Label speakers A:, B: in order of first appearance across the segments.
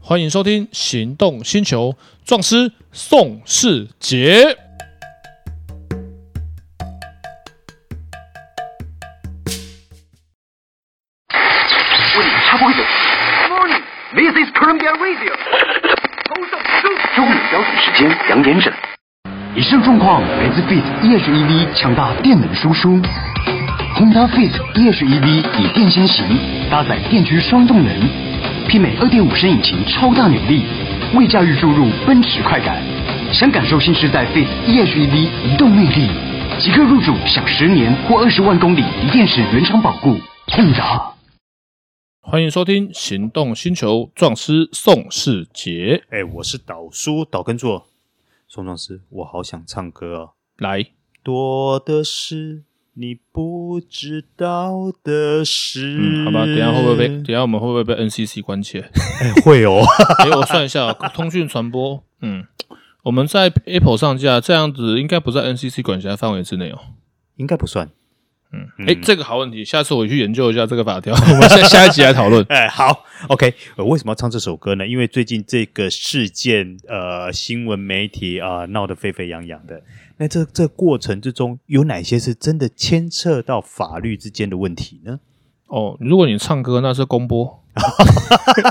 A: 欢迎收听《行动星球》，壮师宋世杰。
B: 为他不有。Morning, this is Columbia Radio。高盛中午标准时间两点整。
C: 以上状况来自 Fit EHEV E 强大电能输出。Honda Fit EHEV E 以电芯型搭载电驱双动能，媲美2.5升引擎超大扭力，为驾驭注入奔驰快感。想感受新时代 Fit EHEV E 移动魅力，即刻入主享十年或二十万公里锂电池原厂保固。Honda。
A: 欢迎收听《行动星球》，壮师宋世杰。
D: 哎、我是导叔导根座，宋壮师，我好想唱歌哦。
A: 来，
D: 多的是你不知道的事。
A: 嗯，好吧，等一下会不会 被？等一下我们会不会被 NCC 关 切？
D: 哎、会哦。
A: 给我算一下，通讯传播，嗯，我们在 Apple 上架，这样子应该不在 NCC 管辖范围之内哦。
D: 应该不算。
A: 嗯，哎、这个好问题，下次我去研究一下这个法条， 我们下下一集来讨论。
D: 哎、好，OK、呃。为什么要唱这首歌呢？因为最近这个事件，呃，新闻媒体啊、闹得沸沸扬扬的。那这这过程之中，有哪些是真的牵涉到法律之间的问题呢？
A: 哦，如果你唱歌，那是公播。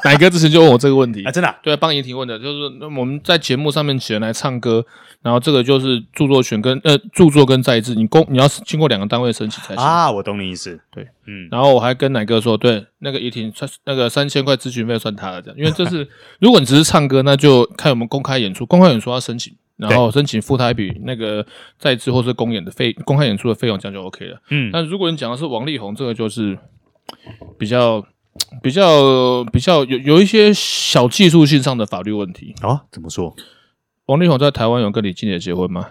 A: 奶哥之前就问我这个问题
D: 啊，，真的啊、
A: 对，帮怡婷问的，就是那我们在节目上面请人来唱歌，然后这个就是著作权跟呃著作跟在制，你公你要经过两个单位申请才行。
D: 啊，我懂你意思。
A: 对，
D: 嗯，
A: 然后我还跟奶哥说，对，那个怡婷算那个三千块咨询费算他的，这样，因为这 是如果你只是唱歌，那就看我们公开演出，公开演出要申请，然后申请付他一笔那个在制或是公演的费，公开演出的费用，这样就 OK 了。
D: 嗯
A: 但如果你讲的是王力宏，这个就是比较。比较比较有有一些小技术性上的法律问题，
D: 啊，怎么说？
A: 王力宏在台湾有跟李静蕾结婚吗？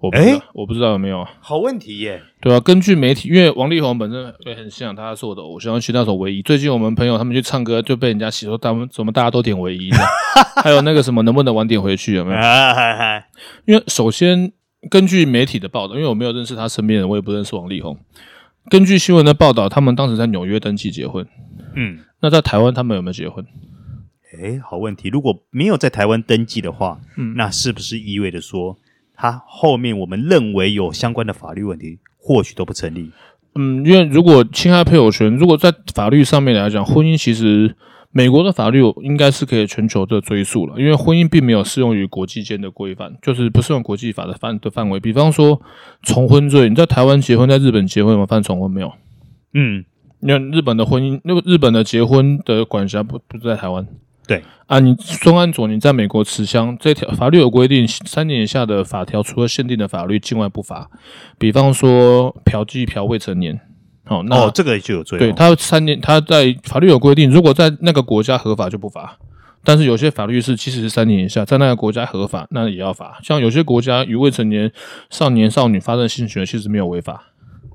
A: 我不知道，
D: 诶
A: 我不知道有没有啊。
D: 好问题耶。
A: 对啊，根据媒体，因为王力宏本身也很欣赏他，是我的偶像，而且那首《唯一》。最近我们朋友他们去唱歌，就被人家洗说他们怎么大家都点《唯一》 的，还有那个什么能不能晚点回去有没有？
D: 啊，嗨嗨。
A: 因为首先根据媒体的报道，因为我没有认识他身边人，我也不认识王力宏。根据新闻的报道，他们当时在纽约登记结婚。
D: 嗯，
A: 那在台湾他们有没有结婚？
D: 哎，好问题。如果没有在台湾登记的话，
A: 嗯
D: 那是不是意味着说，他后面我们认为有相关的法律问题，或许都不成立？
A: 嗯，因为如果侵害配偶权，如果在法律上面来讲，婚姻其实美国的法律应该是可以全球的追溯了，因为婚姻并没有适用于国际间的规范，就是不适用国际法的范的范围。比方说重婚罪，你在台湾结婚，在日本结婚有没有犯重婚没有？
D: 嗯，
A: 因为日本的婚姻，那个日本的结婚的管辖不不在台湾
D: 对，
A: 啊。你孙安佐你在美国持枪，这条法律有规定，三年以下的法条，除了限定的法律，境外不罚。比方说嫖妓、嫖未成年，好、那、
D: 哦，这个就有罪、哦。
A: 对，他三年，他在法律有规定，如果在那个国家合法就不罚，但是有些法律是即使是三年以下，在那个国家合法，那也要罚。像有些国家与未成年少年少女发生性行为，其实没有违法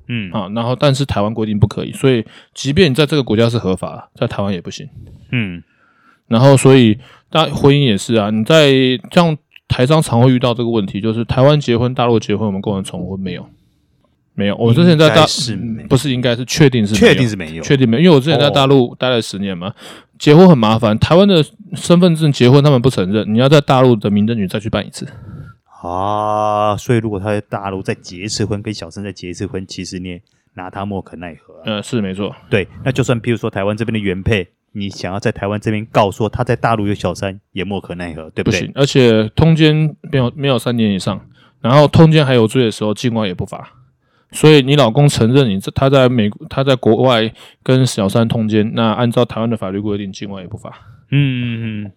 D: 嗯，
A: 啊。然后，但是台湾规定不可以，所以即便你在这个国家是合法，在台湾也不行。
D: 嗯，
A: 然后，所以大婚姻也是啊，你在像台商常会遇到这个问题，就是台湾结婚、大陆结婚，我们共同重婚没有？没有，我之前在
D: 应
A: 大嗯
D: 该是没有
A: 不是应该是确定是没有
D: 确定是没有。哦
A: 确定没有？因为我之前在大陆待了十年嘛，结婚很麻烦，台湾的身份证结婚他们不承认，你要在大陆的民政局再去办一次。
D: 啊，所以如果他在大陆再结一次婚，跟小生再结一次婚，其实你也拿他莫可奈何、啊。
A: 呃，是没错，
D: 对，那就算譬如说台湾这边的原配，你想要在台湾这边告说他在大陆有小三，也莫可奈何，对
A: 不
D: 对？
A: 行，而且通奸没有没有三年以上，然后通奸还有罪的时候，境外也不罚。所以你老公承认你这他在美他在国外跟小三通奸，那按照台湾的法律规定，境外也不罚。
D: 嗯，嗯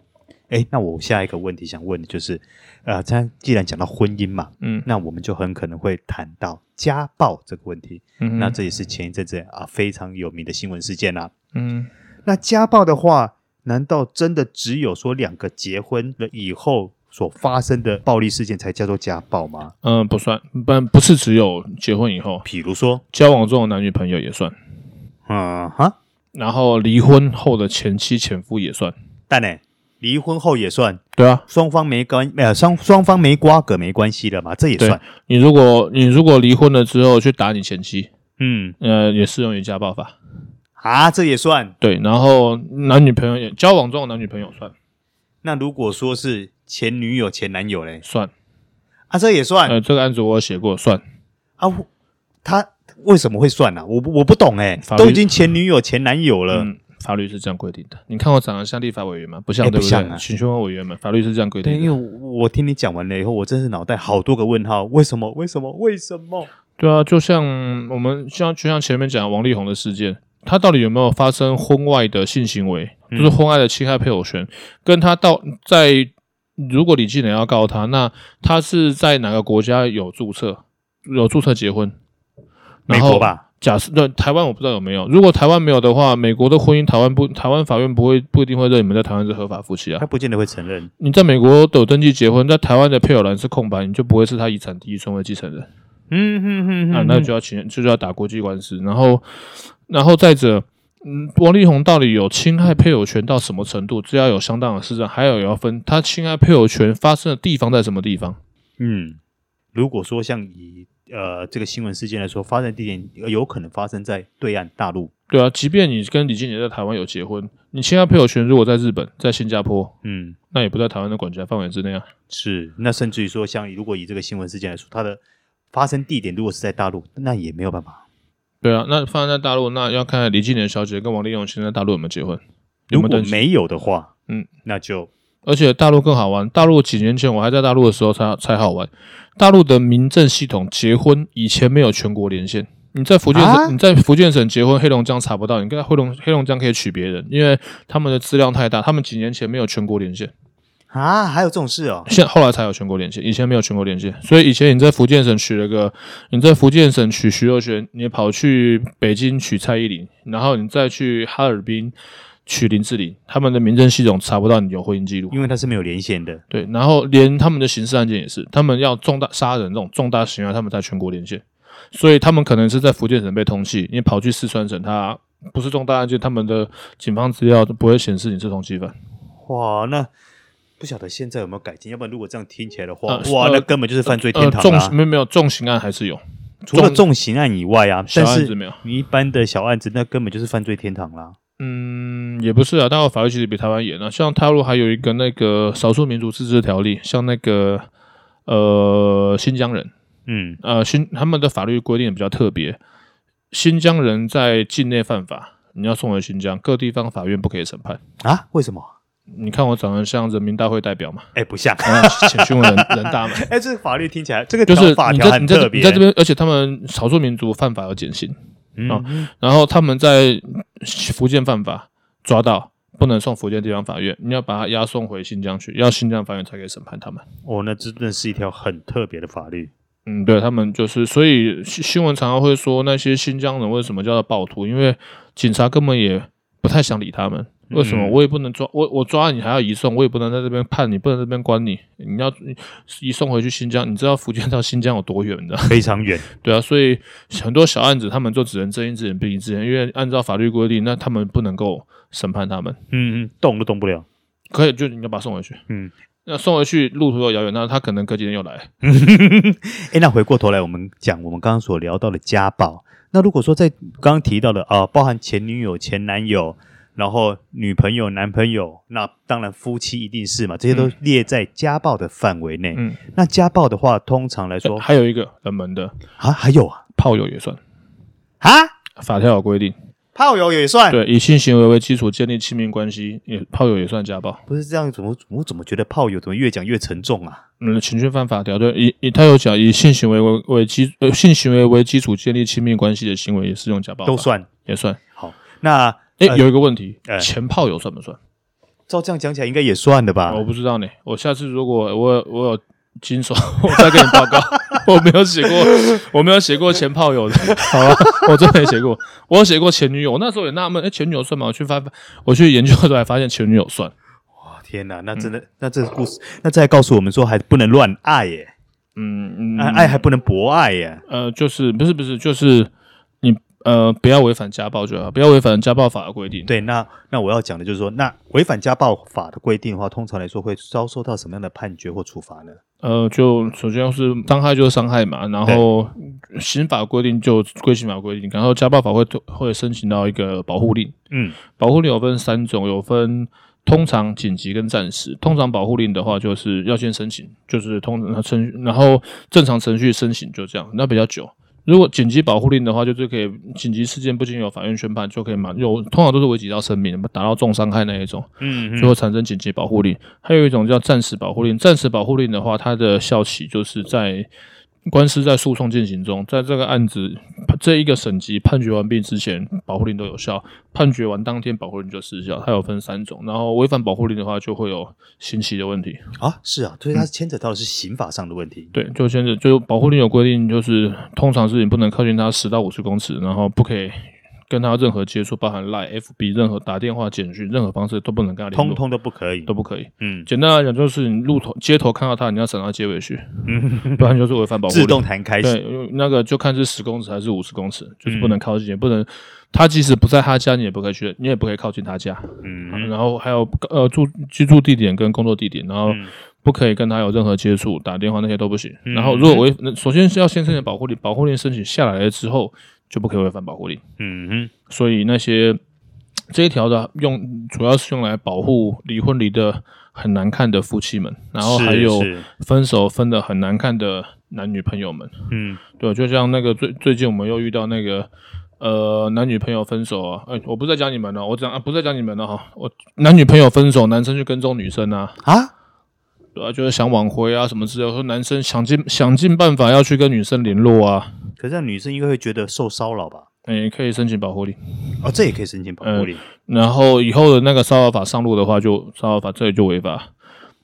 D: 哎，诶那我下一个问题想问的就是，呃，他既然讲到婚姻嘛，
A: 嗯
D: 那我们就很可能会谈到家暴这个问题。
A: 嗯哼
D: 那这也是前一阵子啊非常有名的新闻事件啦、啊
A: 嗯，
D: 那家暴的话，难道真的只有说两个结婚了以后所发生的暴力事件才叫做家暴吗？
A: 嗯、不算，不不是只有结婚以后，
D: 比如说，
A: 交往中的男女朋友也算，
D: 嗯哈，
A: 然后离婚后的前妻前夫也算。
D: 但呢，离婚后也算，
A: 对啊，
D: 双方没关呃双双方没瓜葛没关系的嘛，这也
A: 对
D: 算。
A: 你如果你如果离婚了之后去打你前妻，
D: 嗯
A: 呃，也适用于家暴法。
D: 啊，这也算。
A: 对，然后男女朋友也交往中的男女朋友算，
D: 那如果说是前女友、前男友嘞，
A: 算，
D: 啊，这也算、
A: 呃，这个案子我有写过，算，
D: 啊？我他为什么会算呢、啊？我不我不懂哎、
A: 法律
D: 都已经前女友、前男友了，
A: 嗯，法律是这样规定的。你看我长得像立法委员吗？不像，
D: 哎
A: 对
D: 不
A: 对？
D: 像啊
A: 请求问委员们，法律是这样规
D: 对，
A: 定
D: 因
A: 的。
D: 为我我听你讲完了以后，我真是脑袋好多个问号，为什么？为什么？为什么？
A: 对啊，就像我们像就像前面讲的王力宏的事件，他到底有没有发生婚外的性行为，
D: 嗯
A: 就是婚外的侵害配偶权，跟他到在如果李继能要告他，那他是在哪个国家有注册，有注册结婚？
D: 美
A: 然
D: 国
A: 后
D: 吧？
A: 假设对台湾我不知道有没有，如果台湾没有的话，美国的婚姻台湾不台湾法院不会不一定会认你们在台湾是合法夫妻啊
D: 他。不见得会承认。
A: 你在美国有登记结婚，在台湾的配偶栏是空白，你就不会是他遗产第一顺位继承人。
D: 嗯哼哼
A: 啊
D: 哼，，
A: 那就要请，这就要打国际官司。然后，然后再者，嗯，王力宏到底有侵害配偶权到什么程度？这要有相当的市政，还有也要分他侵害配偶权发生的地方在什么地方。
D: 嗯，如果说像以呃这个新闻事件来说，发生地点呃有可能发生在对岸大陆，
A: 对啊，即便你跟李静杰在台湾有结婚，你侵害配偶权如果在日本、在新加坡，
D: 嗯，
A: 那也不在台湾的管辖范围之内啊。
D: 是。那甚至于说，像如果以这个新闻事件来说，它的发生地点如果是在大陆，那也没有办法。
A: 对啊，那放在大陆，那要看李静莲小姐跟王力宏现在在大陆有没有结婚，有没有
D: 如果
A: 登记。
D: 没有的话，
A: 嗯，
D: 那就
A: 而且大陆更好玩，大陆几年前我还在大陆的时候才才好玩。大陆的民政系统结婚以前没有全国连线，你在福建省、
D: 啊
A: 你在福建省结婚，黑龙江查不到，你跟黑龙黑龙江可以娶别人，因为他们的资料太大，他们几年前没有全国连线，
D: 啊，还有这种事哦。
A: 现后来才有全国连线，以前没有全国连线，所以以前你在福建省娶了个，你在福建省娶徐若瑄，你跑去北京娶蔡依林，然后你再去哈尔滨娶林志玲，他们的民政系统查不到你有婚姻记录。
D: 因为它是没有连线的，
A: 对，然后连他们的刑事案件也是，他们要重大杀人这种重大刑案，他们在全国连线，所以他们可能是在福建省被通缉，你跑去四川省，他不是重大案件，他们的警方资料都不会显示你是通缉犯。
D: 哇，那不晓得现在有没有改进？要不然如果这样听起来的话，
A: 呃
D: 哇，
A: 呃
D: 那根本就是犯罪
A: 呃
D: 天，堂啊
A: 重
D: 啦、
A: 没有没有重刑案还是有，
D: 除了重刑案以外啊，
A: 小
D: 但
A: 案
D: 是
A: 子没有
D: 你一般的小案子，那根本就是犯罪天堂啦。
A: 嗯，也不是啊，大陆法律其实比台湾严啊，像大陆还有一个那个少数民族自治条例，像那个呃新疆人，
D: 嗯，
A: 呃，新他们的法律规定比较特别，新疆人在境内犯法，你要送回新疆，各地方法院不可以审判。
D: 啊，为什么？
A: 你看我长得像人民大会代表嘛？
D: 哎、不像。
A: 啊，请询问人人大嘛？
D: 哎、这个法律听起来，这个
A: 就
D: 条
A: 是
D: 法
A: 你
D: 条
A: 在
D: 很
A: 你在
D: 特
A: 这
D: 别。
A: 你在这边，而且他们少数民族犯法有减刑，
D: 嗯，
A: 哦然后他们在福建犯法抓到。不能送福建地方法院，你要把他押送回新疆去，要新疆法院才可以审判他们。
D: 哦，那真的是一条很特别的法律。
A: 嗯，对他们就是，所以新新闻常常会说那些新疆人为什么叫做暴徒，因为警察根本也不太想理他们。为什么？
D: 嗯
A: 我也不能抓我，我抓你还要移送，我也不能在这边判你，不能在这边关你，你要移送回去新疆。你知道福建到新疆有多远的？
D: 非常远，
A: 对啊，所以很多小案子他们就只能睁一只眼闭一只眼，因为按照法律规定，那他们不能够审判他们，
D: 嗯，嗯，动都动不了。
A: 可以就你要把他送回去。
D: 嗯，
A: 那送回去路途又遥远，那他可能隔几天又来。
D: 哎、那回过头来，我们讲我们刚刚所聊到的家暴。那如果说在刚刚提到的啊、呃包含前女友、前男友，然后女朋友、男朋友，那当然夫妻一定是嘛，这些都列在家暴的范围内。
A: 嗯，
D: 那家暴的话，通常来说
A: 还有一个冷门的
D: 啊，还有啊，
A: 炮友也算，
D: 啊，
A: 法条有规定。
D: 炮友也算？
A: 对，以性行为为基础建立亲密关系，也炮友也算家暴。
D: 不是这样，怎么我怎么觉得炮友怎么越讲越沉重啊？
A: 嗯，情趣犯法条对，以以他有讲以性行为为为基呃性行为为基础建立亲密关系的行为也是用家暴，
D: 都算
A: 也算。
D: 好。那
A: 哎、
D: 呃
A: 有一个问题，
D: 哎
A: 前炮友算不算？
D: 照这样讲起来，应该也算的吧？
A: 我不知道呢。我下次如果我有我有经手， 我再跟你报告。我没有写过，我没有写过前炮友的，好吧？ 我真没写过，我有写过前女友。我那时候也纳闷，哎、前女友算吗？我去发，我去研究出来，发现前女友算。
D: 哇天哪，那真
A: 嗯
D: 的，那这个故事，那再告诉我们说，还不能乱爱耶。啊
A: 嗯嗯，
D: 爱爱还不能博爱耶。
A: 呃，就是不是不是，就是你呃，不要违反家暴就好，不要违反家暴法的规定。，
D: 对，那那我要讲的就是说，那违反家暴法的规定的话，通常来说会遭受到什么样的判决或处罚呢？
A: 呃，就首先是伤害就是伤害嘛，然后刑法规定就归刑法规定，然后家暴法会会申请到一个保护令，
D: 嗯
A: 保护令有分三种，有分通常紧急跟暂时，通常保护令的话就是要先申请，就是通常程序，然后正常程序申请就这样，那比较久。如果紧急保护令的话，就是可以紧急事件不经由法院宣判就可以嘛，有通常都是危及到生命，达到重伤害那一种，
D: 嗯
A: 最后产生紧急保护令。还有一种叫暂时保护令，暂时保护令的话，它的效期就是在官司在诉讼进行中，在这个案子这一个审级判决完毕之前，保护令都有效；判决完当天，保护令就失效。它有分三种，然后违反保护令的话，就会有刑期的问题。
D: 啊，是啊，所以
A: 嗯
D: 它牵扯到的是刑法上的问题。
A: 对，就现在就保护令有规定，就是通常是你不能靠近他十到五十公尺，然后不可以跟他任何接触，包含 Line、FB 任何打电话、简讯任何方式都不能跟他联络，
D: 通通都不可以，
A: 嗯都不可以。
D: 嗯，
A: 简单来讲，就是你路头街头看到他，你要闪到街尾去，不然就是违反保护令
D: 嗯自动弹开
A: 对，因为那个就看是十公尺还是五十公尺，
D: 嗯
A: 就是不能靠近，也不能。他即使不在他家，你也不可以去，你也不可以靠近他家。
D: 嗯
A: 然后还有呃住居住地点跟工作地点，然后
D: 嗯
A: 不可以跟他有任何接触，打电话那些都不行。然后如果违，那首先是要先申请保护令，保护令申请下来了之后，就不可以违反保护令。
D: 嗯哼，
A: 所以那些这一条的用主要是用来保护离婚离的很难看的夫妻们，然后还
D: 是
A: 有
D: 是
A: 分手分的很难看的男女朋友们。
D: 嗯
A: 对，就像那个最最近我们又遇到那个呃男女朋友分手啊，哎、我不是在讲你们了、我讲啊不是在讲你们了、哈，我男女朋友分手，男生去跟踪女生啊，
D: 啊，
A: 对啊，就是想挽回啊什么之类的，说男生想尽想尽办法要去跟女生联络啊，
D: 可是让女生应该会觉得受骚扰吧？
A: 哎、可以申请保护令。
D: 哦，这也可以申请保护令，
A: 然后以后的那个骚扰法上路的话就，骚扰法这里就违法。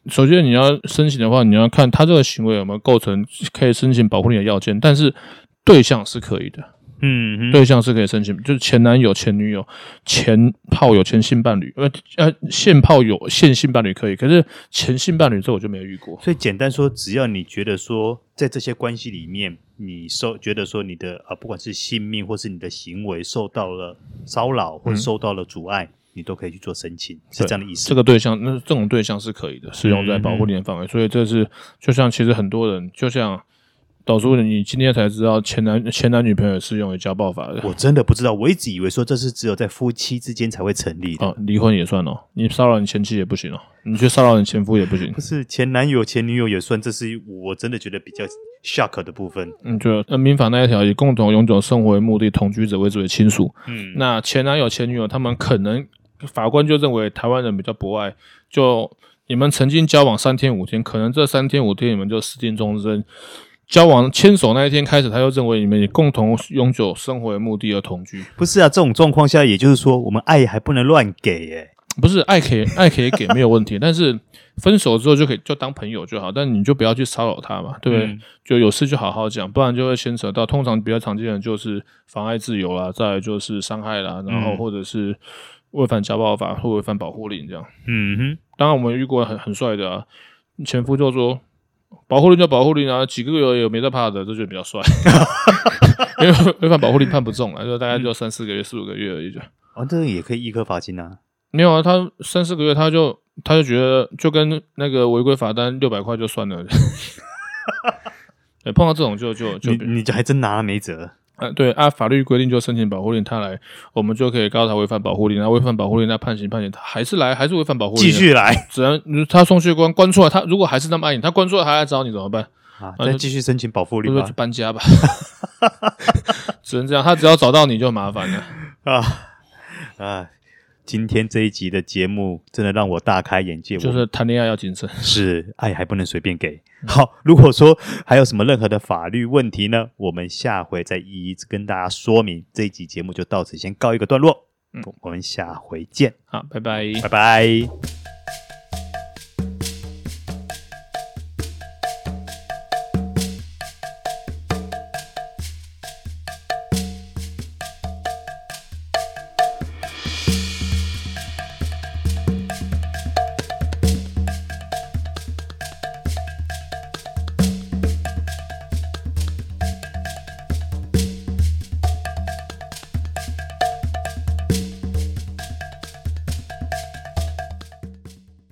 A: 首先你要申请的话，你要看他这个行为有没有构成可以申请保护令的要件，但是对象是可以的，
D: 嗯哼，
A: 对象是可以申请，就是前男友、前女友、前炮友、前性伴侣，呃呃，现炮友、现性伴侣可以，可是前性伴侣这我就没有遇过。
D: 所以简单说，只要你觉得说，在这些关系里面，你受觉得说你的啊，不管是性命或是你的行为受到了骚扰或受到了阻碍，你都可以去做申请，是
A: 对
D: 这样的意思。
A: 这个对象，那这种对象是可以的，适用在保护令的范围。所以这是就像其实很多人，就像导叔，你今天才知道前男前男女朋友适用于家暴法的。
D: 我真的不知道，我一直以为说这是只有在夫妻之间才会成立的，
A: 哦，离婚也算哦，你骚扰你前妻也不行哦，你去骚扰你前夫也不行
D: 不，是前男友、前女友也算，这是我真的觉得比较 shock 的部分。
A: 嗯，就呃民法那一条以共同永久生活为目的同居者为之为亲属，
D: 嗯，
A: 那前男友、前女友他们可能法官就认为台湾人比较博爱，就你们曾经交往三天五天，可能这三天五天你们就私定终身。交往牵手那一天开始，他就认为你们以共同永久生活为目的而同居，
D: 不是啊，这种状况下，也就是说，我们爱还不能乱给耶。
A: 不是爱可以爱可以给没有问题，但是分手之后就可以就当朋友就好，但你就不要去骚扰他嘛，对不对？
D: 嗯
A: 就有事就好好讲，不然就会牵扯到通常比较常见的就是妨碍自由啦，再来就是伤害啦，然后
D: 嗯
A: 或者是违反家暴法或违反保护令这样。
D: 嗯哼，
A: 当然我们遇过很很帅的、啊，前夫就说保护令就保护令啊，几个月而已，没在怕的，这就比较 帅， 因为违反保护令判不重啊，就大概就三四个月、四五个月而已就。
D: 哦，这个也可以一颗罚金啊。
A: 没有啊，他三四个月他就他就觉得就跟那个违规罚单六百块就算了。 哎对，碰到这种就就就
D: 你你就还真拿了没辙。
A: 啊，对按法律规定就申请保护令，他来，我们就可以告他违反保护令，那违反保护令，那判刑判刑，他还是来，还是违反保护令，
D: 继，续来
A: 只能你他送去关关出来，他如果还是那么爱你，他关出来还来找你怎么办？
D: 啊，再继续申请保护
A: 不
D: 令
A: 是去
D: 吧。
A: 搬家吧？ 只能这样，他只要找到你就麻烦了。
D: 啊啊！今天这一集的节目真的让我大开眼界，
A: 就
D: 我
A: 是嗯谈恋爱要谨慎。
D: 是爱还不能随便给。好，如果说还有什么任何的法律问题呢，我们下回再一一跟大家说明。这一集
A: 嗯
D: 节目就到此先告一个段落，我们下回见，
A: 好，拜拜
D: 拜拜。